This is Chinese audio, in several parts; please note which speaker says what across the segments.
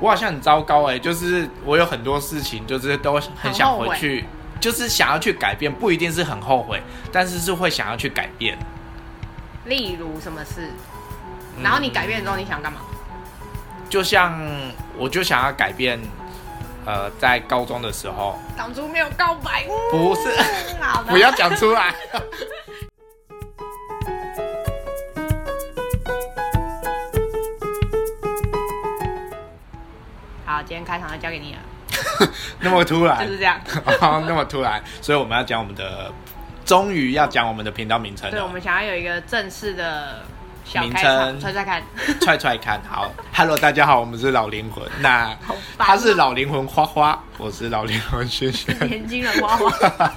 Speaker 1: 我好像很糟糕哎、就是我有很多事情就是都很想回去，就是想要去改变，不一定是很后悔，但是是会想要去改变。
Speaker 2: 例如什么事，
Speaker 1: 嗯
Speaker 2: 然后你改变之后你想干嘛？
Speaker 1: 就像我就想要改变，呃，在高中的时候，
Speaker 2: 当初没有告 白，嗯
Speaker 1: 不是，
Speaker 2: 好的，
Speaker 1: 不要讲出来。
Speaker 2: 好，今天开场就交给你了，
Speaker 1: 那么突然，
Speaker 2: 就是这样。
Speaker 1: 好那么突然，所以我们要讲我们的，终于要讲我们的频道名称
Speaker 2: 对，我们
Speaker 1: 了。
Speaker 2: 想要有一个正式的小
Speaker 1: 名
Speaker 2: 开场，
Speaker 1: 称
Speaker 2: 猜猜 看，
Speaker 1: 踹踹看，好，Hello，大家好，我们是老灵魂。那
Speaker 2: 好烦哦
Speaker 1: 他是老灵魂花花，我是老灵魂轩轩。
Speaker 2: 年轻人花花。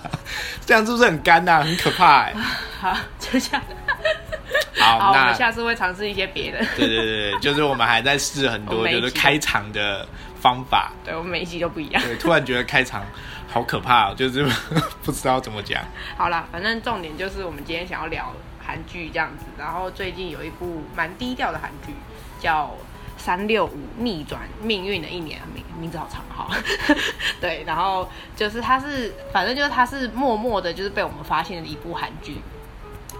Speaker 1: 这样是不是很干呐、很可怕、欸。
Speaker 2: 好，就这样。
Speaker 1: 好，
Speaker 2: 好，我
Speaker 1: 那
Speaker 2: 们下次会尝试一些别的。
Speaker 1: 对对对，对就是我们还在试很
Speaker 2: 我
Speaker 1: 多
Speaker 2: 们一
Speaker 1: 就
Speaker 2: 起
Speaker 1: 是开场的方法。
Speaker 2: 对，我们每一集都不一样。
Speaker 1: 对，突然觉得开场好可怕、哦，就是 不知道怎么讲。
Speaker 2: 好啦，反正重点就是我们今天想要聊韩剧这样子。然后最近有一部蛮低调的韩剧，叫《三六五逆转命运的一年》，名名字好长哈。 对，然后就是它是，反正就是它是默默的，就是被我们发现的一部韩剧。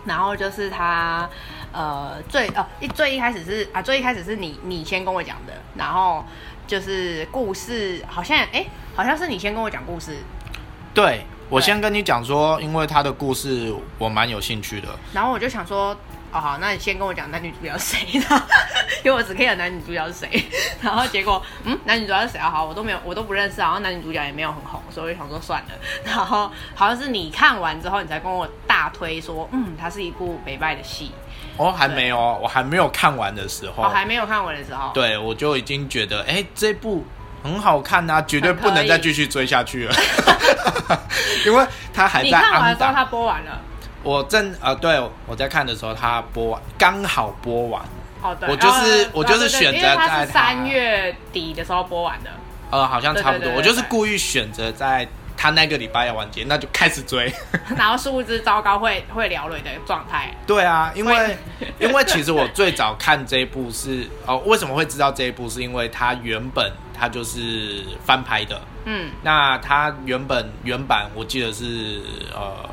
Speaker 2: 然后就是他，呃，最哦一最一开始是啊，最一开始是你你先跟我讲的，然后就是故事好像哎，好像是你先跟我讲故事，
Speaker 1: 对我
Speaker 2: 对
Speaker 1: 先跟你讲说，因为他的故事我蛮有兴趣的。
Speaker 2: 然后我就想说，哦好，那你先跟我讲男女主角是谁， 因为我只 care 男女主角是谁。 然后结果，嗯，男女主角是谁啊？好，我都没有，我都不认识，然后男女主角也没有很红，所以我就想说算了。 然后好像是你看完之后，你才跟我大推说，嗯，它是一部北拜的戏。
Speaker 1: 哦，还没有哦，我还没有看完的时候，
Speaker 2: 我、哦、还没有看完的时候，
Speaker 1: 对我就已经觉得，哎、这部很好看啊，绝对不能再继续追下去 了，因为他还
Speaker 2: 你
Speaker 1: 在
Speaker 2: 看完
Speaker 1: 安
Speaker 2: 的时候
Speaker 1: 档。
Speaker 2: 它播完了。
Speaker 1: 我正呃，对我在看的时候，他播完刚好播完，
Speaker 2: 哦，对，
Speaker 1: 我就是
Speaker 2: 哦
Speaker 1: 我就是
Speaker 2: 对对对
Speaker 1: 选择
Speaker 2: 因为它
Speaker 1: 在
Speaker 2: 是
Speaker 1: 它
Speaker 2: 三月底的时候播完的。
Speaker 1: 呃，好像差不多。
Speaker 2: 对对对对
Speaker 1: 我就是故意选择在他那个礼拜要完结，那就开始 追。
Speaker 2: 然后数字糟糕会会聊累的状态，
Speaker 1: 对啊，因
Speaker 2: 所以
Speaker 1: 为因为其实我最早看这一部是哦，为什么会知道这一部？是因为它原本它就是翻拍的，
Speaker 2: 嗯，
Speaker 1: 那它原本原版我记得是呃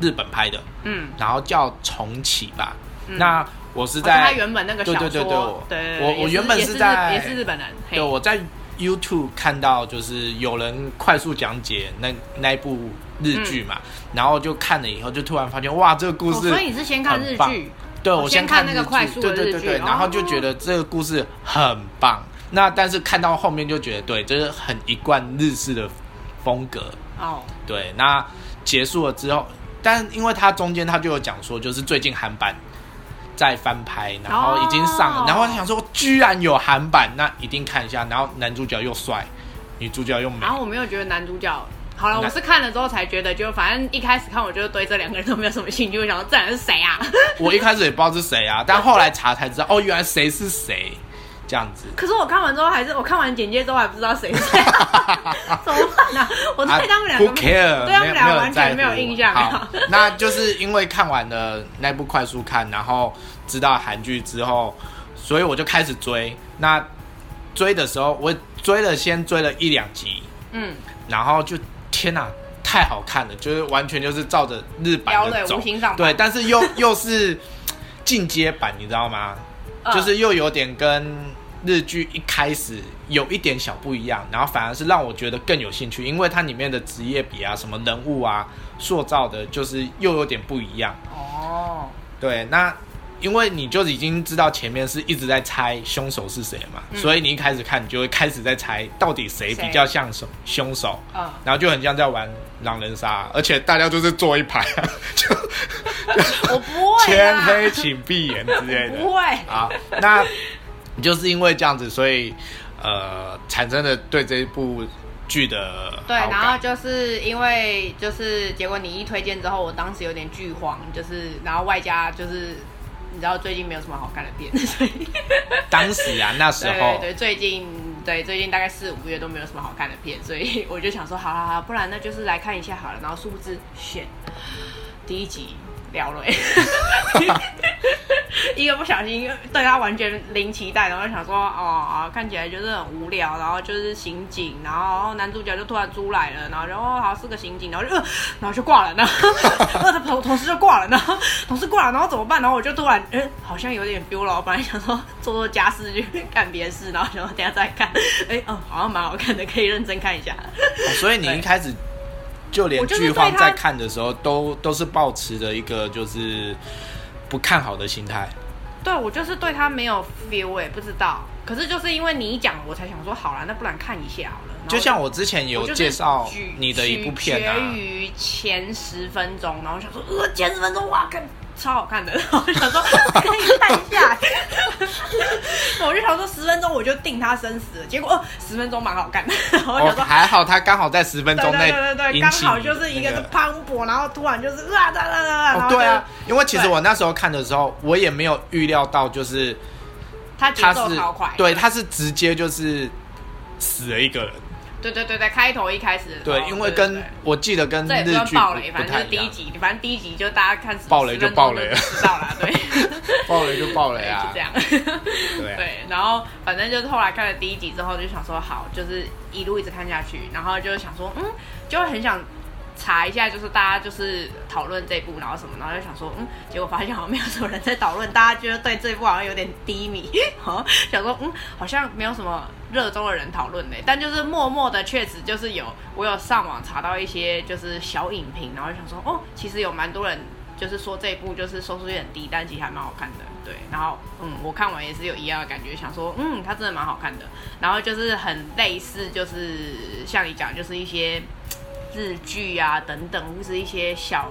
Speaker 1: 日本拍的，
Speaker 2: 嗯，
Speaker 1: 然后叫重启吧。
Speaker 2: 嗯
Speaker 1: 那我是
Speaker 2: 哦就他
Speaker 1: 在
Speaker 2: 原本那个小说，
Speaker 1: 对对对对我
Speaker 2: 对对
Speaker 1: 我
Speaker 2: 也
Speaker 1: 我原本
Speaker 2: 也
Speaker 1: 是
Speaker 2: 是
Speaker 1: 在
Speaker 2: 日也是日本人，嘿
Speaker 1: 对我在 YouTube 看到就是有人快速讲解那那一部日剧嘛，然后就看了以后就突然发现哇，这个故
Speaker 2: 嗯哦
Speaker 1: 事
Speaker 2: 所以你是先看日
Speaker 1: 很棒
Speaker 2: 剧，
Speaker 1: 对，
Speaker 2: 哦
Speaker 1: 我
Speaker 2: 先
Speaker 1: 先
Speaker 2: 看
Speaker 1: 看
Speaker 2: 那
Speaker 1: 日
Speaker 2: 个
Speaker 1: 剧
Speaker 2: 快速的
Speaker 1: 对对
Speaker 2: 日
Speaker 1: 对
Speaker 2: 剧
Speaker 1: 对，然后就
Speaker 2: 哦
Speaker 1: 觉得这个故事很棒。那但是看到后面就觉得，对，这是很一贯日式的风格。
Speaker 2: 哦，
Speaker 1: 对，那结束了之后，但因为它中间他就有讲说，就是最近韩版在翻拍，然后已经上了，
Speaker 2: 哦
Speaker 1: 然后我想说居然有韩版，那一定看一下。然后男主角又帅，女主角又美
Speaker 2: 然，后我没有觉得男主角。好了，
Speaker 1: 那
Speaker 2: 我是看了之后才觉得，就反正一开始看我就对这两个人都没有什么兴趣，我想说这人是谁 啊？
Speaker 1: 我一开始也不知道是谁啊，但后来查才知道，哦，原来谁是谁，这样子。
Speaker 2: 可是我看完之后还是，我看完简介之后还不知道谁是 谁 啊，怎么办呢、啊？我
Speaker 1: 啊
Speaker 2: 对他们两
Speaker 1: Who
Speaker 2: 个
Speaker 1: care？
Speaker 2: 对他
Speaker 1: 没
Speaker 2: 们
Speaker 1: 有
Speaker 2: 俩
Speaker 1: 没有
Speaker 2: 完
Speaker 1: 在
Speaker 2: 全
Speaker 1: 乎啊
Speaker 2: 没有印象
Speaker 1: 好，那就是因为看完了那部快速看，然后知道韩剧之后，所以我就开始追。那追的时候，我追了先追了一两集，
Speaker 2: 嗯，
Speaker 1: 然后就天哪、太好看了，就是完全就是照着日版
Speaker 2: 标
Speaker 1: 的
Speaker 2: 的
Speaker 1: 走
Speaker 2: 无形上，
Speaker 1: 对，但是又又是进阶版，你知道吗？
Speaker 2: 呃
Speaker 1: 就是又有点跟日剧一开始有一点小不一样，然后反而是让我觉得更有兴趣，因为它里面的职业比啊、什么人物啊塑造的，就是又有点不一样。
Speaker 2: 哦，
Speaker 1: 对，那因为你就已经知道前面是一直在猜凶手是谁嘛，所以你一开始看，你就会开始在猜到底谁
Speaker 2: 谁
Speaker 1: 比较像手凶手，
Speaker 2: 嗯，
Speaker 1: 然后就很像在玩狼人杀，而且大家就是坐一排，啊就
Speaker 2: 我不会
Speaker 1: 天
Speaker 2: 啦，
Speaker 1: 黑请闭眼之类 的。
Speaker 2: 不会，
Speaker 1: 啊， 那就是因为这样子，所以呃，产生了对这一部剧的
Speaker 2: 对，
Speaker 1: 好
Speaker 2: 然后
Speaker 1: 感
Speaker 2: 就是因为就是结果你一推荐之后，我当时有点剧荒，就是然后外加就是你知道最近没有什么好看的片，所以
Speaker 1: 当时啊，那时
Speaker 2: 对
Speaker 1: 候
Speaker 2: 对对，最近对最近大概四五月都没有什么好看的片，所以我就想说，好好好，不然那就是来看一下好了。然后殊不知，选第一集聊了、欸，一个不小心对他完全零期待，然后就想说哦，看起来就是很无聊，然后就是刑警，然后男主角就突然出来了，然后就哦好是个刑警，然后就、呃、然后就挂了，然后呃他同同事就挂了，然后同事挂了，然后怎么办？然后我就突然嗯、好像有点丢了，我本来想说做做家事去干别的事，然后想说等一下再看，哎、哦好像蛮好看的，可以认真看一下。
Speaker 1: 哦所以你一开始就连
Speaker 2: 我就是
Speaker 1: 剧
Speaker 2: 对
Speaker 1: 荒
Speaker 2: 他
Speaker 1: 在看的时候，都都是抱持着一个就是不看好的心态。
Speaker 2: 对，我就是对他没有 feel，我也不知道。可是就是因为你一讲，我才想说，好啦，那不然看一下好了。然后
Speaker 1: 就像我之前有
Speaker 2: 我就是
Speaker 1: 介绍
Speaker 2: 取
Speaker 1: 你的一部片
Speaker 2: 取决
Speaker 1: 啊，
Speaker 2: 于前十分钟，然后想说，呃，前十分钟哇，看超好看的， 然后想说 可以看一下。 我就想说十分钟我就定他生死了，结果呃十分钟蛮好看的，然后
Speaker 1: 哦
Speaker 2: 想，说。
Speaker 1: 还好他刚好在十分
Speaker 2: 对
Speaker 1: 钟内
Speaker 2: 对对对对，
Speaker 1: 引
Speaker 2: 刚
Speaker 1: 起
Speaker 2: 好就是一
Speaker 1: 你
Speaker 2: 个
Speaker 1: 那
Speaker 2: 是磅礴，然后突然就是啊哒哒哒哒，然
Speaker 1: 哦，
Speaker 2: 后
Speaker 1: 对啊，因为其实
Speaker 2: 对
Speaker 1: 我那时候看的时候，我也没有预料到，就是
Speaker 2: 就，他节
Speaker 1: 他
Speaker 2: 奏
Speaker 1: 是
Speaker 2: 超快，
Speaker 1: 对，他是直接就是死了一个人，
Speaker 2: 对对对对，开头一开始的时候，
Speaker 1: 对，因为
Speaker 2: 哦对
Speaker 1: 跟
Speaker 2: 对
Speaker 1: 我记得跟
Speaker 2: 这也不
Speaker 1: 日
Speaker 2: 算
Speaker 1: 剧
Speaker 2: 暴雷，
Speaker 1: 不
Speaker 2: 反
Speaker 1: 不
Speaker 2: 正就
Speaker 1: 太
Speaker 2: 是
Speaker 1: 一
Speaker 2: 第一
Speaker 1: 样，
Speaker 2: 集，反正第一集就大家看十
Speaker 1: 暴雷就
Speaker 2: 10分钟
Speaker 1: 暴雷了
Speaker 2: 就知道啦， 对，
Speaker 1: 暴雷就暴雷
Speaker 2: 是
Speaker 1: 啊
Speaker 2: 这，样，
Speaker 1: 对啊
Speaker 2: 对，然后反正就是后来看了第一集之后，就想说好，就是一路一直看下去，然后就想说，嗯，就很想查一下，就是大家就是讨论这部，然后什么，然后就想说，嗯，结果发现好像没有什么人在讨论，大家觉得对这部好像有点低迷， 好想说，嗯，好像没有什么热衷的人讨论呢，欸但就是默默的确实就是有，我有上网查到一些就是小影评，然后就想说，哦，其实有蛮多人。就是说这一部就是收视率很低，但其实还蛮好看的，对。然后嗯，我看完也是有一样的感觉，想说嗯，它真的蛮好看的。然后就是很类似，就是像你讲，就是一些日剧啊等等，或是一些小，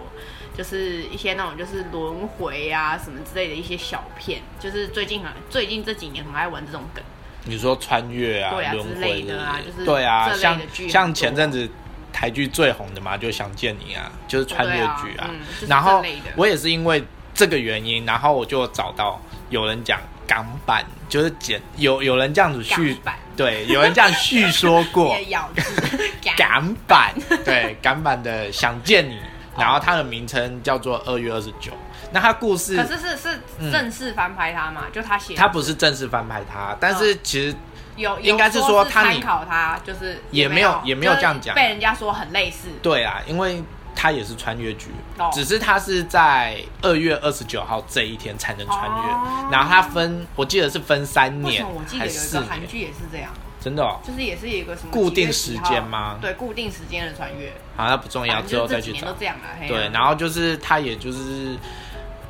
Speaker 2: 就是一些那种就是轮回啊什么之类的一些小片，就是最近很最近这几年很爱玩这种梗。
Speaker 1: 你说穿越啊
Speaker 2: 对啊，
Speaker 1: 轮
Speaker 2: 之
Speaker 1: 回
Speaker 2: 类的啊就是
Speaker 1: 对啊
Speaker 2: 这，类
Speaker 1: 像
Speaker 2: 的剧很
Speaker 1: 像
Speaker 2: 多
Speaker 1: 前阵子。台剧最红的嘛，就《想见你》啊，就是穿越
Speaker 2: 对啊
Speaker 1: 剧
Speaker 2: 嗯就是
Speaker 1: 然
Speaker 2: 这
Speaker 1: 后
Speaker 2: 类的
Speaker 1: 我也是因为这个原因，然后我就找到有人讲港版，就是简有有人这样子叙
Speaker 2: 港版，
Speaker 1: 对，有人这样叙说过
Speaker 2: 也咬字， 嘎
Speaker 1: 港 版，对，港版的《想见你》，
Speaker 2: 哦
Speaker 1: 然后它的名称叫做《二月二十九》，那它故事
Speaker 2: 可是是
Speaker 1: 嗯
Speaker 2: 是正式翻拍它嘛？就他写的，
Speaker 1: 它不是正式翻拍它，但是
Speaker 2: 哦
Speaker 1: 其实
Speaker 2: 有
Speaker 1: 应该是
Speaker 2: 有
Speaker 1: 说
Speaker 2: 说
Speaker 1: 他
Speaker 2: 参
Speaker 1: 你
Speaker 2: 考他，就是
Speaker 1: 也没有也没有这样讲
Speaker 2: 就是被人家说很类似。
Speaker 1: 对啊，因为它也是穿越剧，
Speaker 2: 哦
Speaker 1: 只是它是在二月二十九号这一天才能穿越，
Speaker 2: 哦
Speaker 1: 然后它分，我记得是分三
Speaker 2: 为什
Speaker 1: 年
Speaker 2: 么我记得
Speaker 1: 还
Speaker 2: 有
Speaker 1: 是
Speaker 2: 一
Speaker 1: 四
Speaker 2: 个韩
Speaker 1: 年，
Speaker 2: 剧也是这样，
Speaker 1: 真的哦，
Speaker 2: 就是也是有一个什么
Speaker 1: 固定
Speaker 2: 几月几号
Speaker 1: 时间吗
Speaker 2: 对，固定时间的穿越，
Speaker 1: 好，那不重要，
Speaker 2: 反正
Speaker 1: 之后再
Speaker 2: 这
Speaker 1: 去
Speaker 2: 几年
Speaker 1: 找
Speaker 2: 都。这样了。嘿啊
Speaker 1: 对，然后就是它也就是，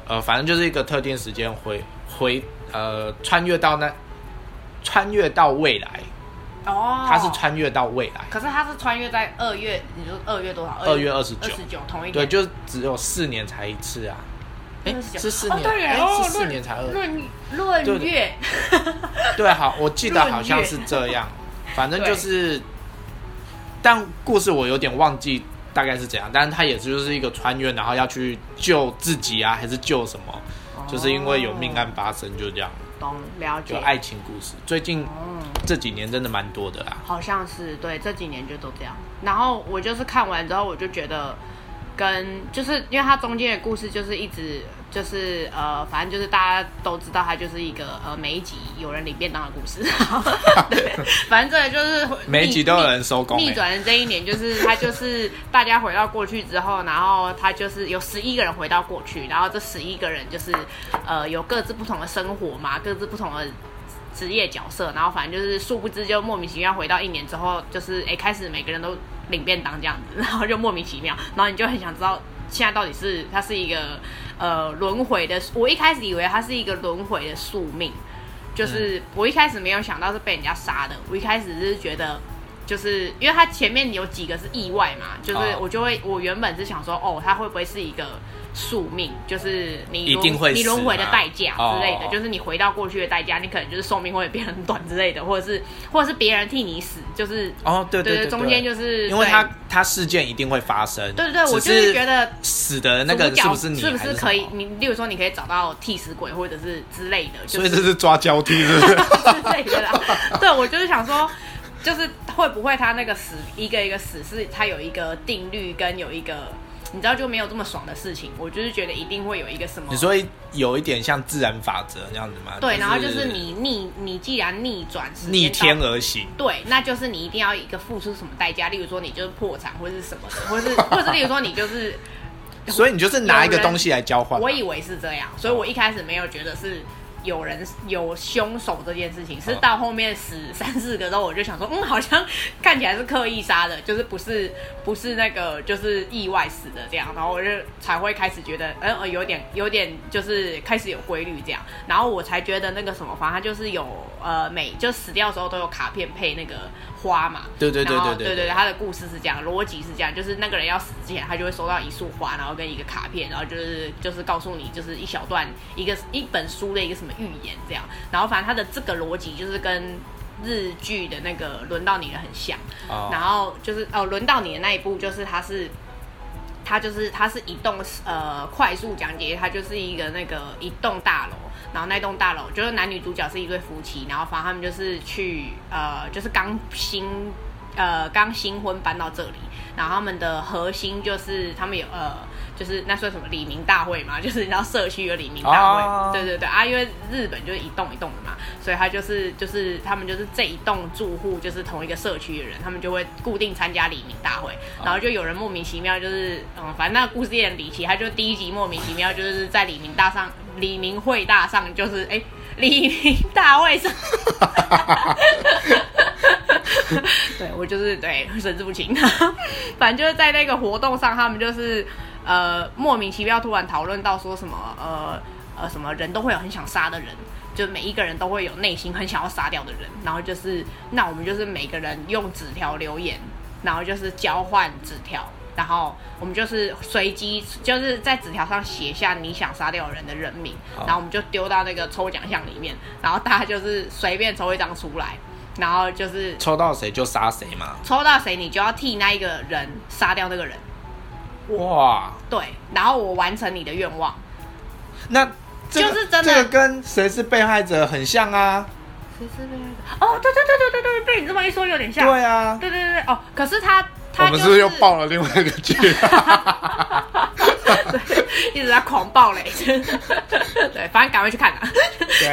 Speaker 1: 呃，反正就是一个特定时间回回呃穿越到那穿越到未来，
Speaker 2: 哦，
Speaker 1: 它是，穿越到未来，
Speaker 2: 可是他是穿越在二月，你说二月多少？
Speaker 1: 二月
Speaker 2: 二
Speaker 1: 二十九
Speaker 2: 十，九，同一
Speaker 1: 对，
Speaker 2: 年。
Speaker 1: 就只有四年才一次啊。哎，
Speaker 2: 29
Speaker 1: 是四
Speaker 2: 哦
Speaker 1: 年，
Speaker 2: 对耶
Speaker 1: 哎、
Speaker 2: 哦
Speaker 1: 是四
Speaker 2: 论
Speaker 1: 年才二，
Speaker 2: 论论月，
Speaker 1: 对，好，我记得好像是这 样，反正就是，但故事我有点忘记大概是怎样，但是他也就是一个穿越，然后要去救自己啊，还是救什么，就是因为有命案发生，就这样，
Speaker 2: 懂了解
Speaker 1: 就。爱情故事。最近
Speaker 2: 嗯
Speaker 1: 这几年真的蛮多的啦，
Speaker 2: 好像是对，这几年就都这样。然后我就是看完之后，我就觉得跟就是因为它中间的故事就是一直就是呃，反正就是大家都知道，它就是一个呃每一集有人领便当的故事。 对，反正这个就是
Speaker 1: 每一集都有人收工、
Speaker 2: 逆
Speaker 1: 欸，
Speaker 2: 转的这一年，就是他就是大家回到过去之后，然后他就是有十一个人回到过去，然后这十一个人就是呃有各自不同的生活嘛，各自不同的职业角色，然后反正就是殊不知就莫名其妙回到一年之后，就是哎、诶开始每个人都领便当这样子，然后就莫名其妙，然后你就很想知道现在到底是它是一个呃轮回的，我一开始以为它是一个轮回的宿命。
Speaker 1: 嗯
Speaker 2: 就是我一开始没有想到是被人家杀的，我一开始是觉得，就是因为他前面有几个是意外嘛，就是
Speaker 1: 哦
Speaker 2: 我就会，我原本是想说，哦，他会不会是一个宿命，就是你
Speaker 1: 一
Speaker 2: 轮
Speaker 1: 定会
Speaker 2: 你轮
Speaker 1: 死
Speaker 2: 回的
Speaker 1: 嘛
Speaker 2: 代价之类的，
Speaker 1: 哦
Speaker 2: 就是你回到过去的代价，你可能就是寿命会变很短之类的，或者是或者是别人替你死，就是
Speaker 1: 哦，对
Speaker 2: 对
Speaker 1: 对，
Speaker 2: 中间就是
Speaker 1: 因为
Speaker 2: 对
Speaker 1: 他他事件一定会发生，
Speaker 2: 对对对，我就
Speaker 1: 只
Speaker 2: 是觉得
Speaker 1: 死的那个人
Speaker 2: 主角
Speaker 1: 是不是你，
Speaker 2: 是不
Speaker 1: 还
Speaker 2: 是
Speaker 1: 什
Speaker 2: 可以
Speaker 1: 么？
Speaker 2: 你，例如说你可以找到替死鬼或者是之类的，就
Speaker 1: 所以
Speaker 2: 是
Speaker 1: 这是抓交替，是 不是？
Speaker 2: 之类的啦。对，我就是想说，就是会不会他那个死一个一个死是他有一个定律跟有一个你知道就没有这么爽的事情。我就是觉得一定会有一个什么，
Speaker 1: 你说有一点像自然法则那样子吗？
Speaker 2: 对，然后就是你逆，你既然逆转时间
Speaker 1: 逆
Speaker 2: 到
Speaker 1: 天而行，
Speaker 2: 对，那就是你一定要一个付出什么代价，例如说你就是破产或是什么的，或是或是例如说你就是，
Speaker 1: 所以你就是拿一个东西来交换嘛。啊
Speaker 2: 我以为是这样，所以我一开始没有觉得是有人有凶手这件事情，是
Speaker 1: 嗯
Speaker 2: 到后面死三四个之后，我就想说，嗯，好像看起来是刻意杀的，就是不是不是那个就是意外死的这样，然后我就才会开始觉得，嗯，呃有点有点就是开始有规律这样，然后我才觉得那个什么，反正它就是有呃每就死掉的时候都有卡片配那个花嘛，
Speaker 1: 对对对
Speaker 2: 然后
Speaker 1: 对
Speaker 2: 对
Speaker 1: 对对
Speaker 2: 对，他的故事是这样，逻辑是这样，就是那个人要死之前，他就会收到一束花，然后跟一个卡片，然后就是就是告诉你，就是一小段一个一本书的一个什么预言这样，然后反正他的这个逻辑就是跟。日剧的那个轮到你了很像，
Speaker 1: 哦
Speaker 2: 然后就是哦，轮到你的那一部就是它是它就是它是一栋呃快速讲解，它就是一个那个一栋大楼，然后那栋大楼就是男女主角是一对夫妻，然后反正他们就是去呃就是刚新呃刚新婚搬到这里，然后他们的核心就是他们有呃。就是那算什么李明大会嘛，就是你知道社区有李明大会
Speaker 1: 哦
Speaker 2: 对对对啊，因为日本就是一栋一栋的嘛，所以他就是就是他们就是这一栋住户就是同一个社区的人，他们就会固定参加李明大会，然后就有人莫名其妙就是嗯，反正那个故事也很离奇，他就第一集莫名其妙就是在李明大上李明会大上就是哎、李明大会上。 对我就是对神志不清， 反正就是在那个活动上，他们就是呃莫名其妙突然讨论到说什么呃呃什么人都会有很想杀的人，就每一个人都会有内心很想要杀掉的人，然后就是那我们就是每个人用纸条留言，然后就是交换纸条。然后我们就是随机，就是在纸条上写下你想杀掉的人的人名，
Speaker 1: 好
Speaker 2: 然后我们就丢到那个抽奖箱里面，然后大家就是随便抽一张出来，然后就是
Speaker 1: 抽到谁就杀谁嘛。
Speaker 2: 抽到谁，你就要替那一个人杀掉那个人。
Speaker 1: 哇，
Speaker 2: 对，然后我完成你的愿望。
Speaker 1: 那这个、
Speaker 2: 就是真的
Speaker 1: 这个跟谁是被害者很像啊。
Speaker 2: 哦，对对对对对对，被你这么一说，有点像。
Speaker 1: 对啊，
Speaker 2: 对对对对哦，可是他
Speaker 1: 我
Speaker 2: 他、
Speaker 1: 们
Speaker 2: 就是
Speaker 1: 不是又爆了另外一个 剧？
Speaker 2: 对一直在狂暴雷。 对，反正赶快去看啊！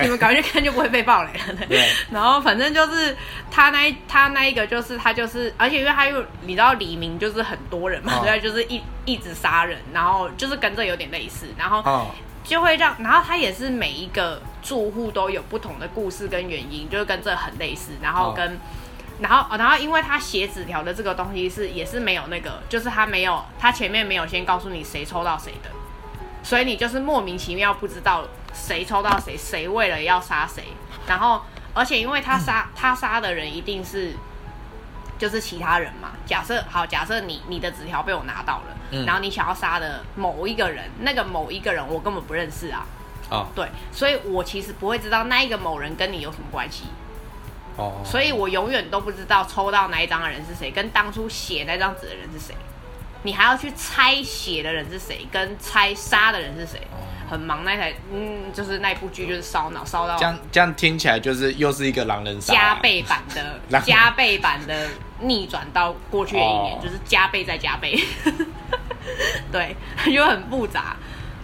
Speaker 2: 你们赶快去看就不会被暴雷了。对
Speaker 1: 对，
Speaker 2: 然后反正就是他那一他那一个就是他就是，而且因为他又你知道李明就是很多人嘛，
Speaker 1: 哦
Speaker 2: 所以他就是一一直杀人，然后就是跟这有点类似，然后
Speaker 1: 哦，
Speaker 2: 就会让，然后它也是每一个住户都有不同的故事跟原因，就是跟这很类似，然后跟，然后、哦然后因为他写纸条的这个东西是也是没有那个，就是他没有他前面没有先告诉你谁抽到谁的，所以你就是莫名其妙不知道谁抽到谁，谁为了要杀谁，然后而且因为他杀他杀的人一定是就是其他人嘛。假设好，假设你你的纸条被我拿到了，
Speaker 1: 嗯
Speaker 2: 然后你想要杀的某一个人，那个某一个人我根本不认识啊，
Speaker 1: 哦，
Speaker 2: 对，所以我其实不会知道那一个某人跟你有什么关系，
Speaker 1: 哦，
Speaker 2: 所以我永远都不知道抽到那一张的人是谁，跟当初写那张纸的人是谁，你还要去猜写的人是谁，跟猜杀的人是谁，
Speaker 1: 哦
Speaker 2: 很忙那台，嗯，就是那一部剧就是烧脑烧到
Speaker 1: 这样这样听起来就是又是一个狼人杀、
Speaker 2: 加。倍版 的
Speaker 1: 然后
Speaker 2: 加倍版的逆转到过去的一年，
Speaker 1: 哦
Speaker 2: 就是加倍再加倍， 对，就很复杂，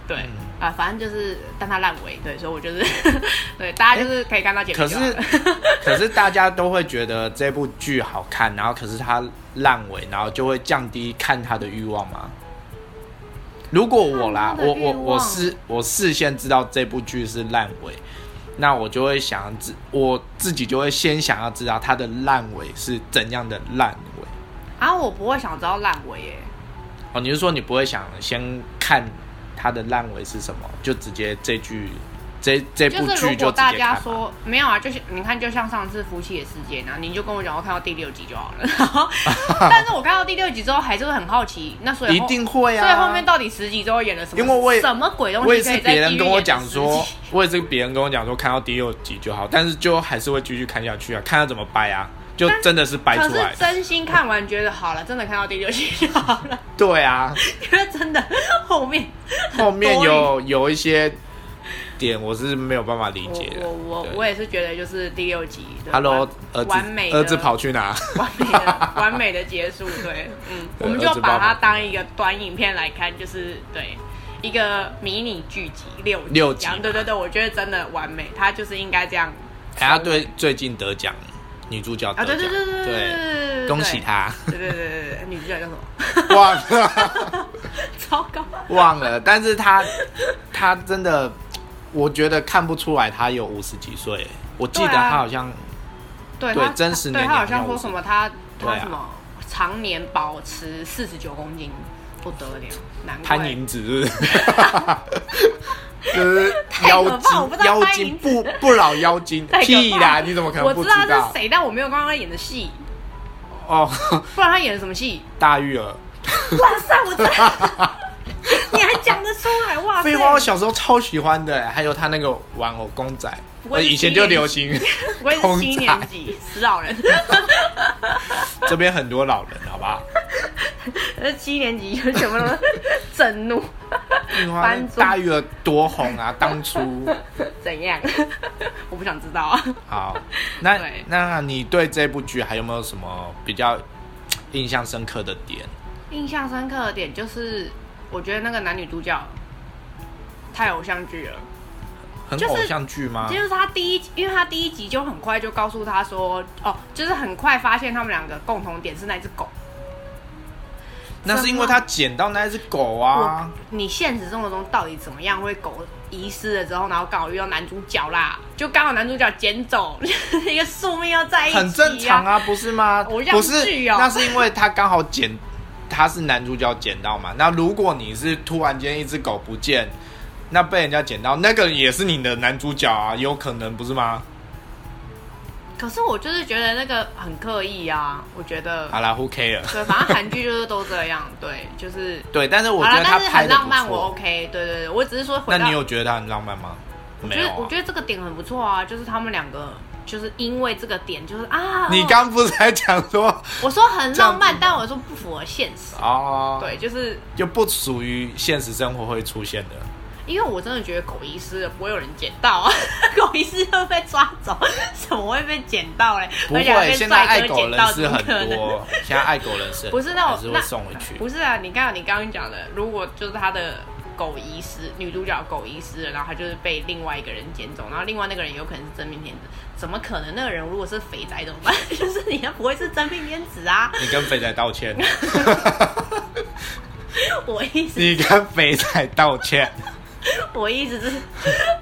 Speaker 2: 对。
Speaker 1: 嗯
Speaker 2: 啊，反正就是，但它烂尾，对，所以我就是， 对，大家就是可以看到结
Speaker 1: 哎可
Speaker 2: 局
Speaker 1: 是
Speaker 2: 就好了。
Speaker 1: 可是大家都会觉得这部剧好看，然后可是它烂尾，然后就会降低看它的欲望吗？如果我啦
Speaker 2: 看，它的
Speaker 1: 我我
Speaker 2: 欲望
Speaker 1: 我事我事先知道这部剧是烂尾，那我就会想要知我自己就会先想要知道它的烂尾是怎样的烂尾。
Speaker 2: 啊，我不会想知道烂尾耶，
Speaker 1: 哦，你是说你不会想先看它的烂尾是什么，就直接这剧这这部
Speaker 2: 就是
Speaker 1: 剧
Speaker 2: 如
Speaker 1: 就
Speaker 2: 果
Speaker 1: 直接
Speaker 2: 大
Speaker 1: 看
Speaker 2: 家
Speaker 1: 吗
Speaker 2: 说没有啊，就是你看，就像上次《夫妻的世界》呢，你就跟我讲我看到第六集就好了。 然 后，但是我看到第六集之后，还是会很好奇，那所以
Speaker 1: 一
Speaker 2: 后
Speaker 1: 定会啊，
Speaker 2: 所以后面到底十集之后演了什么？
Speaker 1: 因为我也
Speaker 2: 什么鬼东西？
Speaker 1: 我也是别人跟我讲说，， 我也是别人跟我讲说看到第六集就好，但是就还是会继续看下去啊，看他怎么掰啊，就真的是掰
Speaker 2: 可
Speaker 1: 出
Speaker 2: 是
Speaker 1: 来。
Speaker 2: 真心看完觉得好了，真的看到第六集就好了，
Speaker 1: 对啊，
Speaker 2: 因为真的后面
Speaker 1: 后面有有一些点我是没有办法理解的。
Speaker 2: 我我我
Speaker 1: 对
Speaker 2: 我也是觉得就是第六集的
Speaker 1: Hello，儿
Speaker 2: 完完美
Speaker 1: 子，
Speaker 2: 的
Speaker 1: 儿子跑去哪？
Speaker 2: 完美的完美的 结束，对，嗯，
Speaker 1: 对
Speaker 2: 我
Speaker 1: 儿
Speaker 2: 们就
Speaker 1: 子
Speaker 2: 把
Speaker 1: 爸
Speaker 2: 它
Speaker 1: 爸
Speaker 2: 当一个短影片来看，就是对一个迷你剧集六集
Speaker 1: 六集
Speaker 2: 这样对对对，我觉得真的完美，它就是应该这样
Speaker 1: 哎，他对最近得奖，女主角
Speaker 2: 啊，
Speaker 1: 得
Speaker 2: 对
Speaker 1: 奖，
Speaker 2: 对对对
Speaker 1: 对
Speaker 2: 对，
Speaker 1: 恭喜， 她。
Speaker 2: 对对对对对，女主角叫什 么？
Speaker 1: 忘了
Speaker 2: 糟糕，
Speaker 1: 忘了，但是她她真的，我觉得看不出来她有五十几岁。我记得
Speaker 2: 对啊
Speaker 1: 她好像
Speaker 2: 对
Speaker 1: 对
Speaker 2: 他
Speaker 1: 真实
Speaker 2: 对
Speaker 1: 年
Speaker 2: 他好
Speaker 1: 龄
Speaker 2: 像
Speaker 1: 好像
Speaker 2: 说
Speaker 1: 五
Speaker 2: 什
Speaker 1: 十
Speaker 2: 么他
Speaker 1: 对
Speaker 2: 他
Speaker 1: 啊
Speaker 2: 什么常年保持四十九公斤，不得了，难怪
Speaker 1: 潘迎紫 是不是，就是
Speaker 2: 太
Speaker 1: 妖
Speaker 2: 可怕我不知
Speaker 1: 精，
Speaker 2: 道
Speaker 1: 妖
Speaker 2: 潘
Speaker 1: 精
Speaker 2: 迎紫
Speaker 1: 不不老妖精
Speaker 2: 太可怕
Speaker 1: 屁啦！你怎么可能
Speaker 2: 我
Speaker 1: 不
Speaker 2: 知
Speaker 1: 知
Speaker 2: 道他
Speaker 1: 道
Speaker 2: 是？谁，但我没有刚刚演的戏，
Speaker 1: 哦，
Speaker 2: 不然他演的什么戏？
Speaker 1: 大玉儿，
Speaker 2: 哇塞，我真的， 你还讲得出来？哇塞
Speaker 1: 废！话，我小时候超喜欢的，还有他那个玩偶公仔，
Speaker 2: 不过
Speaker 1: 呃
Speaker 2: 是
Speaker 1: 以前
Speaker 2: 七
Speaker 1: 就
Speaker 2: 年级
Speaker 1: 流行。
Speaker 2: 我也是七年级，死老人。
Speaker 1: 这边很多老人，好不好？
Speaker 2: 那七年级就全部都震怒，
Speaker 1: 樱花
Speaker 2: 搬桌
Speaker 1: 大玉儿多红 啊，当初。
Speaker 2: 怎样？ 我不想知道啊。
Speaker 1: 好，那
Speaker 2: 对
Speaker 1: 那你对这部剧还有没有什么比较印象深刻的点？
Speaker 2: 印象深刻的点就是，我觉得那个男女主角太偶像剧了。
Speaker 1: 很
Speaker 2: 就是
Speaker 1: 偶像剧吗？
Speaker 2: 就是他第一集，因为他第一集就很快就告诉他说，哦，就是很快发现他们两个共同点是那只狗。
Speaker 1: 那是因为他捡到那只狗
Speaker 2: 我
Speaker 1: 啊。，
Speaker 2: 你现实生活中到底怎么样会狗遗失了之后，然后刚好遇到男主角啦，就刚好男主角捡走， 一个宿命要在一起、
Speaker 1: 很正常
Speaker 2: 啊。
Speaker 1: 啊，不是吗？
Speaker 2: 偶像
Speaker 1: 不是
Speaker 2: 剧哦，
Speaker 1: 那是因为他刚好捡，他是男主角捡到嘛。那如果你是突然间一只狗不见，那被人家捡到，那个也是你的男主角啊，有可能不是吗？
Speaker 2: 可是我就是觉得那个很刻意啊，我觉得，
Speaker 1: 好啦，Who care？
Speaker 2: 对，反正韩剧就是都这样，对，就是。
Speaker 1: 对，但是我觉
Speaker 2: 好
Speaker 1: 得
Speaker 2: 啦，
Speaker 1: 他
Speaker 2: 但是
Speaker 1: 拍
Speaker 2: 很
Speaker 1: 的
Speaker 2: 浪
Speaker 1: 不
Speaker 2: 漫，我
Speaker 1: 错。
Speaker 2: OK，对对对，我只是说回
Speaker 1: 那
Speaker 2: 到
Speaker 1: 你有觉得他很浪漫吗？
Speaker 2: 我
Speaker 1: 没
Speaker 2: 觉
Speaker 1: 有
Speaker 2: 得我
Speaker 1: 啊。
Speaker 2: 觉得这个点很不错啊，就是他们两个就是因为这个点，就是啊，
Speaker 1: 你
Speaker 2: 哦
Speaker 1: 刚不是还讲说
Speaker 2: 我说很浪
Speaker 1: 这样子吗
Speaker 2: 漫，但我说不符合现实。
Speaker 1: 哦，
Speaker 2: 对，，就是
Speaker 1: 就不属于现实生活会出现的。
Speaker 2: 因为我真的觉得狗遗失了不会有人捡到啊， 狗遗失会被抓走， 怎么会被捡到嘞？
Speaker 1: 不
Speaker 2: 而且还
Speaker 1: 会，
Speaker 2: 被
Speaker 1: 现在
Speaker 2: 帅
Speaker 1: 爱
Speaker 2: 哥
Speaker 1: 狗
Speaker 2: 捡
Speaker 1: 人
Speaker 2: 到，
Speaker 1: 是
Speaker 2: 怎么
Speaker 1: 很
Speaker 2: 可能？
Speaker 1: 多，现在爱狗人是很多
Speaker 2: 不是那
Speaker 1: 还是
Speaker 2: 种
Speaker 1: 会
Speaker 2: 那
Speaker 1: 送回去。
Speaker 2: 不是啊，你看你刚刚讲的，如果就是他的狗遗失，女主角狗遗失了，然后她就是被另外一个人捡走，然后另外那个人有可能是真命天子，怎么可能？那个人如果是肥宅怎么办？ 就是你不会是真命天子啊！
Speaker 1: 你跟肥仔道 歉，
Speaker 2: 我意思
Speaker 1: 你跟肥仔道歉。
Speaker 2: 我一直是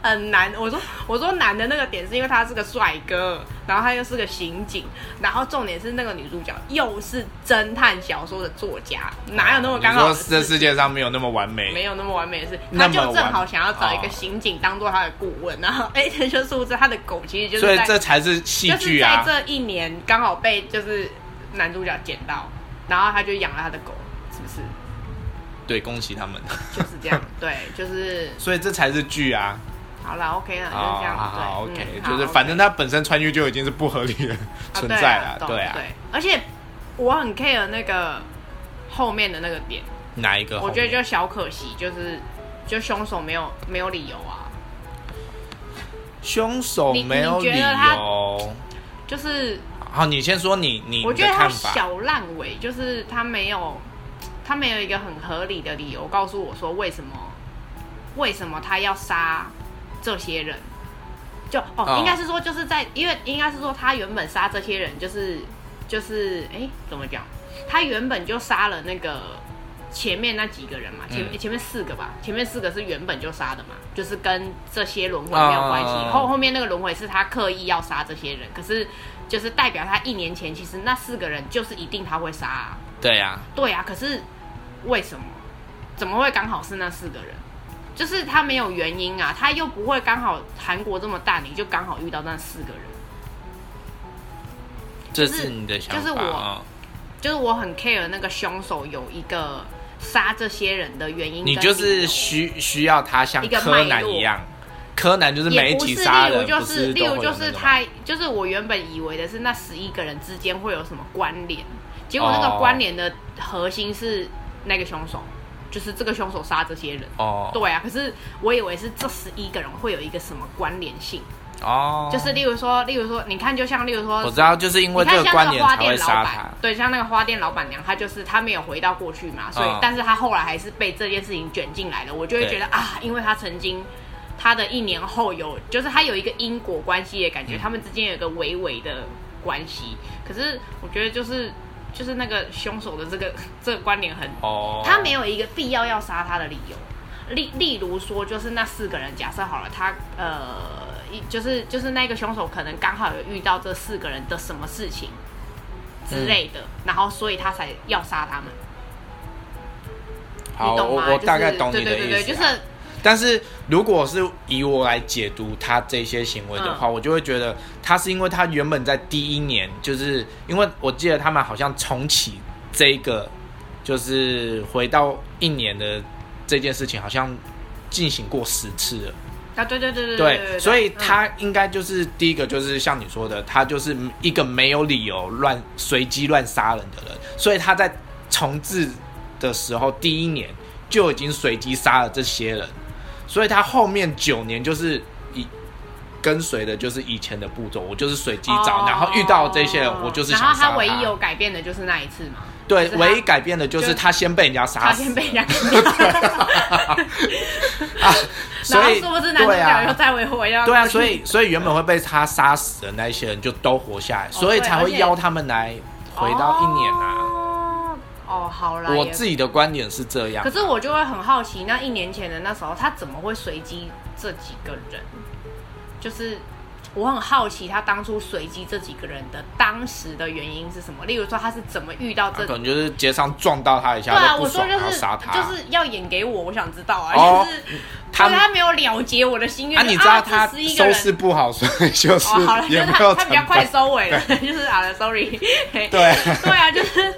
Speaker 2: 很难。我说我说难的那个点是因为他是个帅哥，然后他又是个刑警，然后重点是那个女主角又是侦探小说的作家，哪有那么刚好
Speaker 1: 你
Speaker 2: 的
Speaker 1: 说这
Speaker 2: 事？
Speaker 1: 世界上没有那么完美
Speaker 2: 没，有那么完美的事，
Speaker 1: 那
Speaker 2: 他
Speaker 1: 么
Speaker 2: 就正好
Speaker 1: 完
Speaker 2: 想要找一个
Speaker 1: 哦
Speaker 2: 刑警当做他的顾问，然后 哎，这就殊不知他的狗其实就
Speaker 1: 所
Speaker 2: 是
Speaker 1: 以
Speaker 2: 在
Speaker 1: 这才是戏
Speaker 2: 就是
Speaker 1: 剧
Speaker 2: 在
Speaker 1: 啊。
Speaker 2: 这一年刚好被就是男主角捡到，然后他就养了他的狗，是不是？
Speaker 1: 对，恭喜他们。
Speaker 2: 就是这样，对，就是
Speaker 1: 所以这才是剧啊。
Speaker 2: 好啦 o k 啦，就是这样，
Speaker 1: 好好
Speaker 2: 对
Speaker 1: 啊，OK，
Speaker 2: 嗯
Speaker 1: 就是
Speaker 2: 好
Speaker 1: 反正它本身穿越就已经是不合理的
Speaker 2: 啊
Speaker 1: 存在
Speaker 2: 对
Speaker 1: 了，
Speaker 2: 啊
Speaker 1: 对
Speaker 2: 懂
Speaker 1: 啊。
Speaker 2: 对，而且我很 care 那个后面的那个点，
Speaker 1: 哪一个后
Speaker 2: 我
Speaker 1: 面？
Speaker 2: 觉得就小可惜，就是就凶手没有没有理由啊，
Speaker 1: 凶手
Speaker 2: 你
Speaker 1: 没有
Speaker 2: 你觉
Speaker 1: 理
Speaker 2: 得他
Speaker 1: 由。
Speaker 2: 就是
Speaker 1: 好，你先说你你
Speaker 2: 我
Speaker 1: 你
Speaker 2: 觉
Speaker 1: 的
Speaker 2: 得他
Speaker 1: 看法。
Speaker 2: 小烂尾，就是他没有他没有一个很合理的理由告诉我说为什么为什么他要杀这些人。就哦，
Speaker 1: 哦
Speaker 2: 应该是说就是在，因为应该是说他原本杀这些人就是就是哎、诶怎么讲？他原本就杀了那个前面那几个人嘛，前、
Speaker 1: 嗯
Speaker 2: 前面四个吧，前面四个是原本就杀的嘛，就是跟这些轮回没有关系。
Speaker 1: 啊
Speaker 2: 后后面那个轮回是他刻意要杀这些人，可是就是代表他一年前其实那四个人就是一定他会杀、啊，
Speaker 1: 对啊，
Speaker 2: 对啊，可是为什么？怎么会刚好是那四个人？就是他没有原因啊，他又不会刚好韩国这么大，你就刚好遇到那四个人。
Speaker 1: 这
Speaker 2: 就是
Speaker 1: 是你的想法。嗯
Speaker 2: 就是我就是我很 care 那个凶手有一个杀这些人的原
Speaker 1: 嗯
Speaker 2: 因跟理
Speaker 1: 你
Speaker 2: 由，
Speaker 1: 就是需需要他像
Speaker 2: 一个
Speaker 1: 柯
Speaker 2: 脉
Speaker 1: 南
Speaker 2: 络
Speaker 1: 一样，柯南就是每
Speaker 2: 也
Speaker 1: 一
Speaker 2: 不
Speaker 1: 集
Speaker 2: 是，
Speaker 1: 杀
Speaker 2: 例如
Speaker 1: 人，
Speaker 2: 就
Speaker 1: 不
Speaker 2: 是，例
Speaker 1: 都
Speaker 2: 如
Speaker 1: 会
Speaker 2: 就
Speaker 1: 有那
Speaker 2: 是
Speaker 1: 种
Speaker 2: 他，就是我原本以为的是那十一个人之间会有什么关联，结果那
Speaker 1: 哦
Speaker 2: 个关联的核心是那个凶手，就是这个凶手杀这些人。
Speaker 1: 哦
Speaker 2: 对啊，可是我以为是这十一个人会有一个什么关联性，
Speaker 1: 哦，
Speaker 2: 就是例如说，例如说，你看，就像例如说，
Speaker 1: 我知道，就是因为这
Speaker 2: 你看像
Speaker 1: 关
Speaker 2: 那
Speaker 1: 联
Speaker 2: 个花
Speaker 1: 才会
Speaker 2: 店老
Speaker 1: 杀
Speaker 2: 板
Speaker 1: 他，。
Speaker 2: 对，像那个花店老板娘，她就是她没有回到过去嘛，所以、
Speaker 1: 嗯
Speaker 2: 但是她后来还是被这件事情卷进来了。我就会
Speaker 1: 对
Speaker 2: 觉得啊，因为她曾经她的一年后有，就是她有一个因果关系的感
Speaker 1: 嗯
Speaker 2: 觉，他们之间有一个微微的关系。可是我觉得就是就是那个凶手的这个 这个关联很
Speaker 1: 哦，
Speaker 2: 他没有一个必要要杀他的理由。例例如说，就是那四个人，假设好了，他呃，一就是就是那个凶手可能刚好有遇到这四个人的什么事情之类的，
Speaker 1: 嗯
Speaker 2: 然后所以他才要杀他们，
Speaker 1: 好，
Speaker 2: 你懂
Speaker 1: 我
Speaker 2: 吗？
Speaker 1: 我大概
Speaker 2: 就是
Speaker 1: 懂你的意
Speaker 2: 对
Speaker 1: 思、啊
Speaker 2: 对对对，就是
Speaker 1: 但是如果是以我来解读他这些行为的话，我就会觉得他是因为他原本在第一年，就是因为我记得他们好像重启这个，就是回到一年的这件事情，好像进行过十次了。
Speaker 2: 啊，对对对对
Speaker 1: 对，所以、
Speaker 2: 嗯
Speaker 1: 他应该就是第一个，就是像你说的，他就是一个没有理由乱随机乱杀人的人，所以他在重置的时候第一年就已经随机杀了这些人，所以他后面九年就是以跟随的就是以前的步骤，我就是随机找，
Speaker 2: 哦
Speaker 1: 然后遇到这些人，我就是想
Speaker 2: 然后
Speaker 1: 杀
Speaker 2: 他唯一有改变的就是那一次嘛，
Speaker 1: 对
Speaker 2: 就是他
Speaker 1: 唯一改变的就是
Speaker 2: 就
Speaker 1: 他先被人家杀
Speaker 2: 他
Speaker 1: 死
Speaker 2: 先被人 家干掉，
Speaker 1: 啊，
Speaker 2: 然
Speaker 1: 所
Speaker 2: 后
Speaker 1: 以
Speaker 2: 殊不知男主
Speaker 1: 对啊
Speaker 2: 角又再回回到
Speaker 1: 对啊，
Speaker 2: 过去
Speaker 1: 所以所以原本会被他杀死的那一些人就都活下来，所以
Speaker 2: 哦对
Speaker 1: 才
Speaker 2: 而
Speaker 1: 会
Speaker 2: 且
Speaker 1: 邀他们来回到一年啊。
Speaker 2: 哦，哦好啦，
Speaker 1: 我
Speaker 2: 也
Speaker 1: 自己的观点是这样啊
Speaker 2: 可，是我就会很好奇，那一年前的那时候，他怎么会随机这几个人？就是我很好奇，他当初随机这几个人的当时的原因是什么？例如说，他是怎么遇到
Speaker 1: 他
Speaker 2: 这？
Speaker 1: 可能就是街上撞到他一
Speaker 2: 对
Speaker 1: 下，
Speaker 2: 啊，
Speaker 1: 就不
Speaker 2: 我说
Speaker 1: 爽，
Speaker 2: 就
Speaker 1: 然后
Speaker 2: 是
Speaker 1: 杀他。
Speaker 2: 就是要演给我，我想知道啊，
Speaker 1: 哦
Speaker 2: 就是
Speaker 1: 他
Speaker 2: 对他没有了结我的心愿。
Speaker 1: 啊，
Speaker 2: 就
Speaker 1: 你知道
Speaker 2: 只
Speaker 1: 他
Speaker 2: 11个
Speaker 1: 收
Speaker 2: 人
Speaker 1: 拾不好，所以就是
Speaker 2: 哦，好了，就
Speaker 1: 也
Speaker 2: 是
Speaker 1: 没有
Speaker 2: 他他比较
Speaker 1: 成
Speaker 2: 快
Speaker 1: 本。
Speaker 2: 收尾了， 就是好了，sorry。
Speaker 1: 对，
Speaker 2: 对啊，就是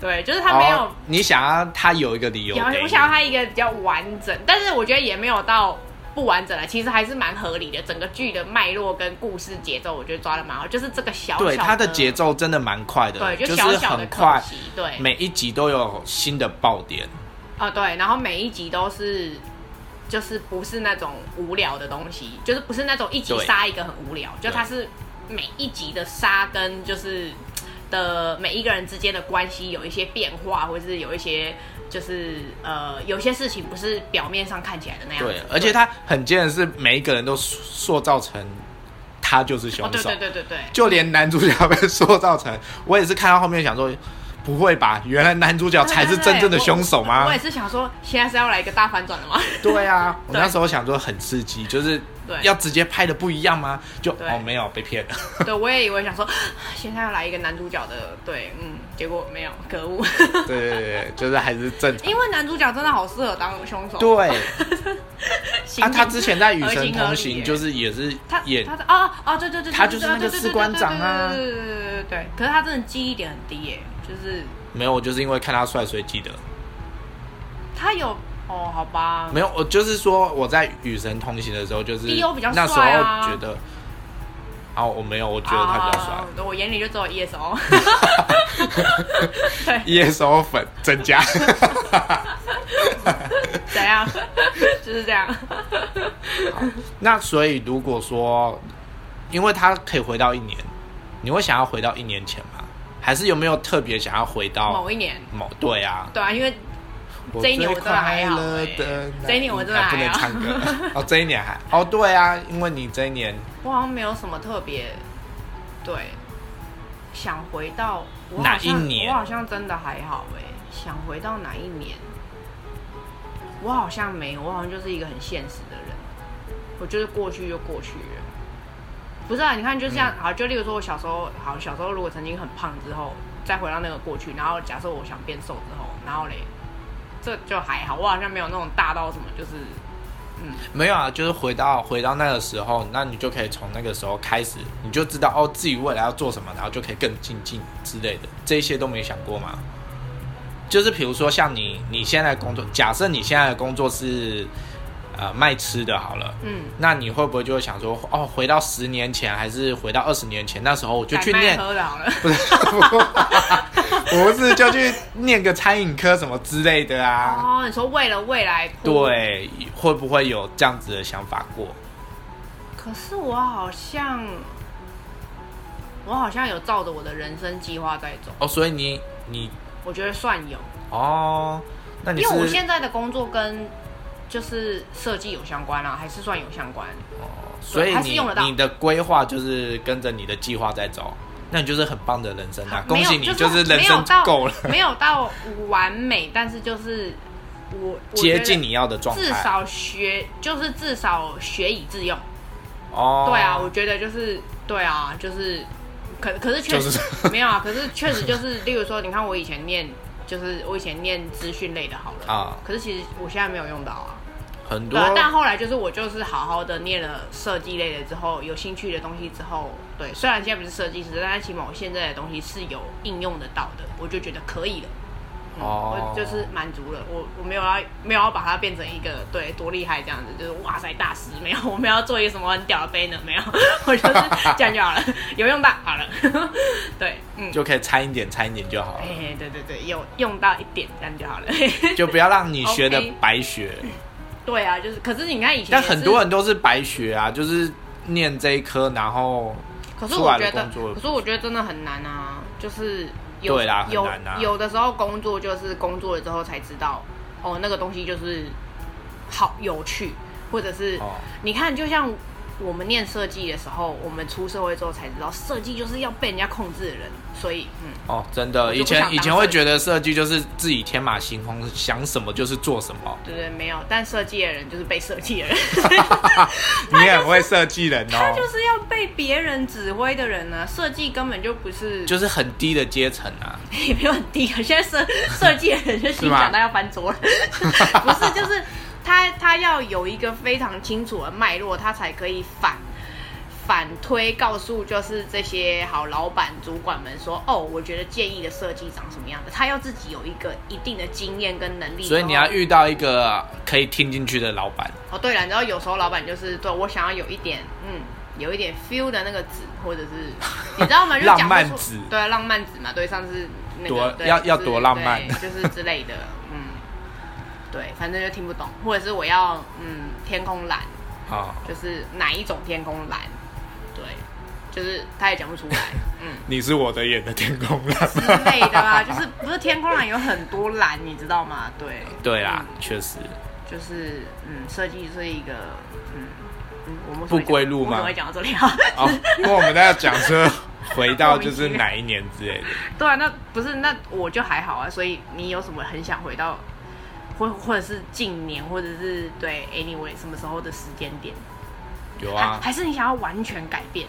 Speaker 2: 对，就是他没有
Speaker 1: 哦你想要他有一个理由
Speaker 2: 有
Speaker 1: 给你，
Speaker 2: 我想要它一个比较完整，但是我觉得也没有到不完整了，啊其实还是蛮合理的。整个剧的脉络跟故事节奏，我觉得抓的蛮好，就是这个小小
Speaker 1: 对他的
Speaker 2: 的
Speaker 1: 节，奏真的蛮快的，
Speaker 2: 对，
Speaker 1: 就是
Speaker 2: 小小的
Speaker 1: 很
Speaker 2: 可
Speaker 1: 快，
Speaker 2: 惜，对，
Speaker 1: 每一集都有新的爆点。
Speaker 2: 啊、对，然后每一集都是。就是不是那种无聊的东西，就是不是那种一集
Speaker 1: 对
Speaker 2: 杀一个很无聊，就它是每一集的杀跟就是的每一个人之间的关系有一些变化，或是有一些就是呃有些事情不是表面上看起来的那样子
Speaker 1: 对，，而且他很贱的是，每一个人都塑造成他就是凶
Speaker 2: 哦，对
Speaker 1: 手，
Speaker 2: 对对对对，
Speaker 1: 就连男主角被塑造成，我也是看到后面想说，不会吧？原来男主角哦才是真正的凶手吗
Speaker 2: 我我？也是想说，现在是要来一个大反转的 吗？
Speaker 1: 对啊，我
Speaker 2: 对
Speaker 1: 那时候想说很刺激，就是
Speaker 2: 对
Speaker 1: 要直接拍的不一样吗？就
Speaker 2: 对
Speaker 1: 哦没有被 骗了，
Speaker 2: 对，我也以为想说，啊现在要来一个男主角的，对，嗯，结果没有，可恶。
Speaker 1: 对对对对，就是还是正常。
Speaker 2: 因为男主角真的好适合当凶手，
Speaker 1: 对
Speaker 2: 刑
Speaker 1: 啊，
Speaker 2: 警
Speaker 1: 他之前在《与
Speaker 2: 合情
Speaker 1: 神
Speaker 2: 合
Speaker 1: 同
Speaker 2: 理
Speaker 1: 行
Speaker 2: 耶》
Speaker 1: 就是也是
Speaker 2: 他
Speaker 1: 演
Speaker 2: 他的哦哦对对对，
Speaker 1: 他
Speaker 2: 对
Speaker 1: 就是
Speaker 2: 对
Speaker 1: 那个
Speaker 2: 对对
Speaker 1: 士官长啊
Speaker 2: 对对对对对对对。可是他真的记忆点很低耶，就是
Speaker 1: 没有，我就是因为看他帅所以记得。
Speaker 2: 他有哦，好吧，
Speaker 1: 没有，我就是说我在与神同行的时候，就是
Speaker 2: 迪欧比较帅
Speaker 1: 那
Speaker 2: 啊
Speaker 1: 时候觉得，啊，我没有，我觉得他比较帅
Speaker 2: 啊。我眼里就只有 ESO。对，
Speaker 1: ESO 粉增加，
Speaker 2: 怎样？就是这样。
Speaker 1: 那所以如果说，因为他可以回到一年，你会想要回到一年前吗？还是有没有特别想要回到
Speaker 2: 某一年，
Speaker 1: 某对啊？
Speaker 2: 对啊，因为这一年我真的还好
Speaker 1: 我最快乐的
Speaker 2: 欸这一年我真的
Speaker 1: 啊不
Speaker 2: 还
Speaker 1: 能
Speaker 2: 好
Speaker 1: 唱歌哦，这一年还哦对啊，因为你这一年
Speaker 2: 我好像没有什么特别，对，想回到我好
Speaker 1: 哪
Speaker 2: 像
Speaker 1: 一年
Speaker 2: 我好像真的还好哎、想回到哪一年？我好像没有，我好像就是一个很现实的人，我就是过去就过去了。不是啊，你看，就
Speaker 1: 嗯
Speaker 2: 像、好，就例如说，我小时候好，小时候如果曾经很胖之后，再回到那个过去，然后假设我想变瘦之后，然后嘞，这就还好，我好像没有那种大到什么，就是
Speaker 1: 没有啊，就是回到回到那个时候，那你就可以从那个时候开始，你就知道哦自己未来要做什么，然后就可以更精进之类的，这些都没想过吗？就是比如说像你你现在的工作，假设你现在的工作是呃卖吃的好了，
Speaker 2: 嗯，
Speaker 1: 那你会不会就会想说哦回到十年前还是回到二十年前那时候我就去
Speaker 2: 改卖
Speaker 1: 念
Speaker 2: 喝的好了。
Speaker 1: 不是， 我不是就去念个餐饮科什么之类的啊。
Speaker 2: 哦，你说为了未来铺，
Speaker 1: 对，会不会有这样子的想法过？
Speaker 2: 可是我好像，我好像有照着我的人生计划在走，
Speaker 1: 哦，所以你你
Speaker 2: 我觉得算有，
Speaker 1: 哦，那你
Speaker 2: 因为我
Speaker 1: 是
Speaker 2: 现在的工作跟就是设计有相关啊，还是算有相关。
Speaker 1: 所以
Speaker 2: 还是
Speaker 1: 你
Speaker 2: 用得到
Speaker 1: 你的规划就是跟着你的计划在走，那你就是很棒的人生啊！
Speaker 2: 没
Speaker 1: 恭
Speaker 2: 有
Speaker 1: 喜你，
Speaker 2: 就是
Speaker 1: 人
Speaker 2: 没有
Speaker 1: 生
Speaker 2: 到
Speaker 1: 够了，
Speaker 2: 没有到完美，但是就是我我觉
Speaker 1: 接
Speaker 2: 得
Speaker 1: 近你要的状态。
Speaker 2: 至少学就是至少学以致用。
Speaker 1: 哦，
Speaker 2: 对啊，我觉得就是对啊，就是可可是确实、
Speaker 1: 就是
Speaker 2: 没有啊，可是确实就是，例如说，你看我以前念就是我以前念资讯类的好了
Speaker 1: 啊
Speaker 2: 可是其实我现在没有用到啊。
Speaker 1: 很
Speaker 2: 对
Speaker 1: 多
Speaker 2: 啊，但后来就是我就是好好的念了设计类的之后，有兴趣的东西之后，对，虽然现在不是设计师，但是起码我现在的东西是有应用得到的，我就觉得可以了。嗯
Speaker 1: 哦
Speaker 2: 我就是满足了，我我没有要没有要把它变成一个对多厉害这样子，就是哇塞大师没有， 我们要做一个什么很屌的 banner 没有， 我就是这样就好了， 有用到好了， 对，嗯，
Speaker 1: 就可以掺一点，掺一点就好
Speaker 2: 哎、
Speaker 1: 了，
Speaker 2: 对对对，有用到一点这样就好了，
Speaker 1: 就不要让你学的
Speaker 2: OK
Speaker 1: 白学。
Speaker 2: 对啊，就是可是你看以前，
Speaker 1: 但很多人都是白学啊，就是念这一科，然后
Speaker 2: 可是
Speaker 1: 出
Speaker 2: 我
Speaker 1: 来
Speaker 2: 觉
Speaker 1: 的
Speaker 2: 得
Speaker 1: 工，作
Speaker 2: 可是我觉得真的很难啊，就是有
Speaker 1: 对啦很
Speaker 2: 有
Speaker 1: 难啊
Speaker 2: 有的时候工作就是工作了之后才知道，哦，那个东西就是好有趣，或者是、
Speaker 1: 哦
Speaker 2: 你看，就像我们念设计的时候，我们出社会之后才知道，设计就是要被人家控制的人，所以嗯，
Speaker 1: 哦，真的，
Speaker 2: 就
Speaker 1: 以
Speaker 2: 不想
Speaker 1: 前
Speaker 2: 当
Speaker 1: 以前会
Speaker 2: 设计
Speaker 1: 觉得设计就是自己天马行空，想什么就是做什么。
Speaker 2: 对对，没有，但设计的人就是被设计的人，
Speaker 1: 你也很会设计人
Speaker 2: 他
Speaker 1: 哦，
Speaker 2: 就是要被别人指挥的人呢、啊，设计根本就不是
Speaker 1: 就是很低的阶层啊。
Speaker 2: 也没有很低啊，现在设设计的人就心想到要翻 桌了，不是，就是他他要有一个非常清楚的脉络，他才可以反反推告诉就是这些好老板主管们说，哦，我觉得建议的设计长什么样的，他要自己有一个一定的经验跟能力，
Speaker 1: 所以你要
Speaker 2: 然后
Speaker 1: 遇到一个可以听进去的老板，
Speaker 2: 哦，对了，然后有时候老板就是对我想要有一点嗯。有一点 feel 的那个子，或者是 你知道吗？就是讲不
Speaker 1: 浪漫
Speaker 2: 出
Speaker 1: 子
Speaker 2: 对啊，浪漫子嘛，对，上次那
Speaker 1: 多
Speaker 2: 个对
Speaker 1: 要
Speaker 2: 就是
Speaker 1: 要多浪漫
Speaker 2: 对就是之类 的，嗯，对，反正就听不懂，或者是我要嗯天空蓝，
Speaker 1: 啊、
Speaker 2: 就是哪一种天空蓝，对，就是他也讲不 出来，嗯。
Speaker 1: 你是我的眼的天空啊
Speaker 2: 之
Speaker 1: 了。
Speaker 2: 类的啦，就是不是天空蓝有很多蓝，你知道吗？对， 嗯
Speaker 1: 对啦，确实，
Speaker 2: 就是嗯，设计是一个嗯嗯，我们
Speaker 1: 不归路吗
Speaker 2: 我们会讲到这里啊。
Speaker 1: 哦， 不过我们在讲车回到就是哪一年之类的。
Speaker 2: 对啊，那不是那我就还好啊。所以你有什么很想回到，或或者是近年，或者是对 anyway 什么时候的时间点，
Speaker 1: 有
Speaker 2: 还
Speaker 1: 啊，
Speaker 2: 还是你想要完全改变？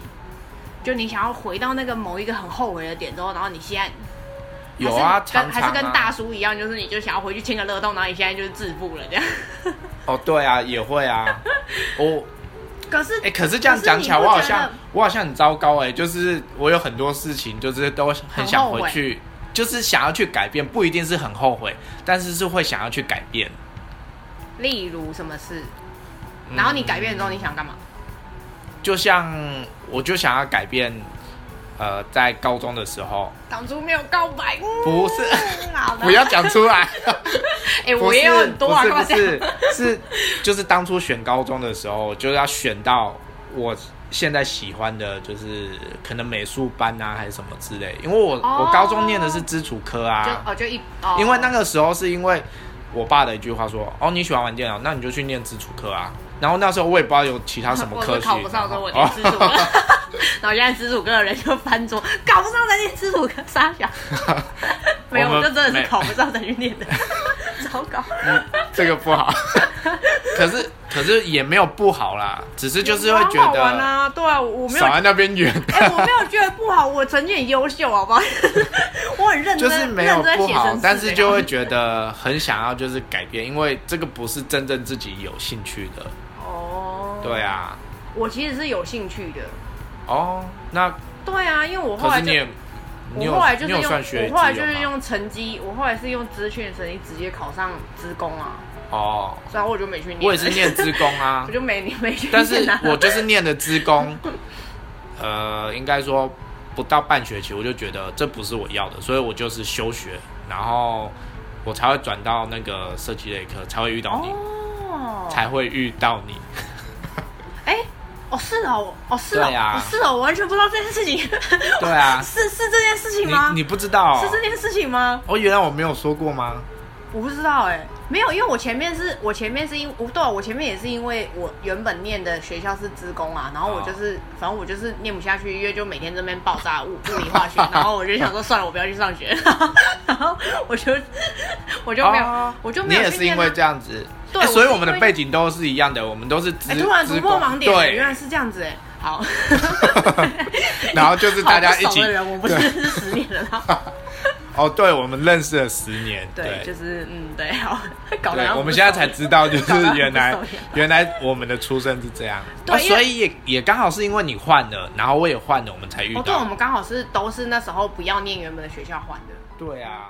Speaker 2: 就你想要回到那个某一个很后悔的点之后，然后你现在
Speaker 1: 有啊，
Speaker 2: 还是跟
Speaker 1: 常常、啊、
Speaker 2: 还是跟大叔一样，就是你就想要回去签个乐透，然后你现在就是致富了这样。
Speaker 1: 哦，对啊，也会啊。我
Speaker 2: 可是
Speaker 1: 哎、可是这样讲起来，
Speaker 2: 可是
Speaker 1: 我好
Speaker 2: 你不觉得
Speaker 1: 像我好像很糟糕哎、就是我有很多事情，就是都很想回去，就是想要去改变，不一定是很后悔，但是是会想要去改变。
Speaker 2: 例如什么事，
Speaker 1: 嗯
Speaker 2: 然后你改变之后你想干嘛？
Speaker 1: 就像我就想要改变，呃，在高中的时候，
Speaker 2: 当初没有告白，嗯
Speaker 1: 不是，
Speaker 2: 好 的，
Speaker 1: 不要讲出 来，
Speaker 2: 哎、我也有很多啊，
Speaker 1: 不是
Speaker 2: 干嘛
Speaker 1: 不
Speaker 2: 这样？
Speaker 1: 是不是是就是当初选高中的时候，就是要选到我现在喜欢的，就是可能美术班啊，还是什么之类。因为我、
Speaker 2: 哦
Speaker 1: 我高中念的是基础科
Speaker 2: 就
Speaker 1: 啊，
Speaker 2: 哦，就一哦，
Speaker 1: 因为那个时候是因为我爸的一句话说：“哦，你喜欢玩电脑，那你就去念基础科啊。”然后那时候我也不知道有其他什么
Speaker 2: 我
Speaker 1: 科
Speaker 2: 就
Speaker 1: 系，哦
Speaker 2: 考不上，所以我
Speaker 1: 然
Speaker 2: 念
Speaker 1: 后
Speaker 2: 知足了。 然后现在知足哥的人就翻桌，考不上才念知足哥，傻 小。没有，
Speaker 1: 我
Speaker 2: 我
Speaker 1: 们
Speaker 2: 就真的
Speaker 1: 没嗯
Speaker 2: 是考不上才去念的， 糟糕。
Speaker 1: 这个 不好。可是可是也没有不好啦，只是就是会觉
Speaker 2: 蛮好玩
Speaker 1: 得
Speaker 2: 啊，对啊，我没有
Speaker 1: 少，在那边远。
Speaker 2: 哎，我没有觉得不好，我成绩很优秀，好不 好？我很认
Speaker 1: 就
Speaker 2: 真，
Speaker 1: 是没有
Speaker 2: 认真
Speaker 1: 不
Speaker 2: 写程
Speaker 1: 好
Speaker 2: 式，啊
Speaker 1: 但是就
Speaker 2: 这
Speaker 1: 会
Speaker 2: 样
Speaker 1: 觉得很想要就是改变，因为这个不是真正自己有兴趣的。
Speaker 2: 哦，
Speaker 1: 对，啊，
Speaker 2: 我其实是有兴趣的。
Speaker 1: 哦，那
Speaker 2: 对啊，因为我后
Speaker 1: 可
Speaker 2: 来
Speaker 1: 是
Speaker 2: 就
Speaker 1: 你也，你
Speaker 2: 我
Speaker 1: 有
Speaker 2: 后来就
Speaker 1: 你
Speaker 2: 是
Speaker 1: 有
Speaker 2: 用，
Speaker 1: 算学
Speaker 2: 我后来
Speaker 1: 籍
Speaker 2: 就
Speaker 1: 有
Speaker 2: 是
Speaker 1: 吗
Speaker 2: 用成绩，我后来是用资讯的成绩直接考上职工啊，
Speaker 1: 哦，
Speaker 2: 所以我就没去念。
Speaker 1: 我也是念职工啊
Speaker 2: 我，就没没去念啊。
Speaker 1: 但是我就是念的职工，呃，应该说不到半学期，我就觉得这不是我要的，所以我就是休学，然后我才会转到那个设计类科，才会遇到你，
Speaker 2: 哦，
Speaker 1: 才会遇到你。
Speaker 2: 哎、哦是哦，哦是哦，
Speaker 1: 对啊
Speaker 2: 哦是哦，我完全不知道这件事情。
Speaker 1: 对啊
Speaker 2: 是是这件事情吗？
Speaker 1: 你你不知道、啊
Speaker 2: 是这件事情吗？
Speaker 1: 哦，原来我没有说过吗？
Speaker 2: 我不知道哎、没有，因为我前面是我前面是因我对啊、我前面也是因为我原本念的学校是职工啊，然
Speaker 1: 哦
Speaker 2: 后我就是、反正我就是念不下去，因为就每天这边爆炸物物理化学， 然后我就想说算了，我不要去上学， 然后我就我就没有、
Speaker 1: 哦
Speaker 2: 我就
Speaker 1: 你
Speaker 2: 没有去
Speaker 1: 也是因
Speaker 2: 念
Speaker 1: 为
Speaker 2: 啊
Speaker 1: 这样子，
Speaker 2: 对
Speaker 1: 哎
Speaker 2: 我
Speaker 1: 所以
Speaker 2: 是
Speaker 1: 我们的
Speaker 2: 因为
Speaker 1: 背景都是一样的，我们都是资
Speaker 2: 哎、突然突
Speaker 1: 资
Speaker 2: 破
Speaker 1: 工
Speaker 2: 盲点了，
Speaker 1: 对，
Speaker 2: 原来是这样子哎、好，
Speaker 1: 然后 就是大家一
Speaker 2: 好不
Speaker 1: 起
Speaker 2: 熟的人，我不是
Speaker 1: 对
Speaker 2: 认识十年了 啦，
Speaker 1: 哦，对，我们认识了十年，
Speaker 2: 对，
Speaker 1: 对，
Speaker 2: 就是嗯，对，好，搞得
Speaker 1: 对
Speaker 2: 好像
Speaker 1: 我们
Speaker 2: 不
Speaker 1: 现在
Speaker 2: 熟
Speaker 1: 才知道，就是
Speaker 2: 搞得好像
Speaker 1: 原来
Speaker 2: 不熟一样
Speaker 1: 原来我们的出生是这样，
Speaker 2: 对
Speaker 1: 哦
Speaker 2: 因为
Speaker 1: 所以也也刚好是因为你换了，然后我也换了，我们才遇
Speaker 2: 哦，对，我
Speaker 1: 到，
Speaker 2: 们刚好是都是那时候不要念原本的学校换的。
Speaker 1: 对啊。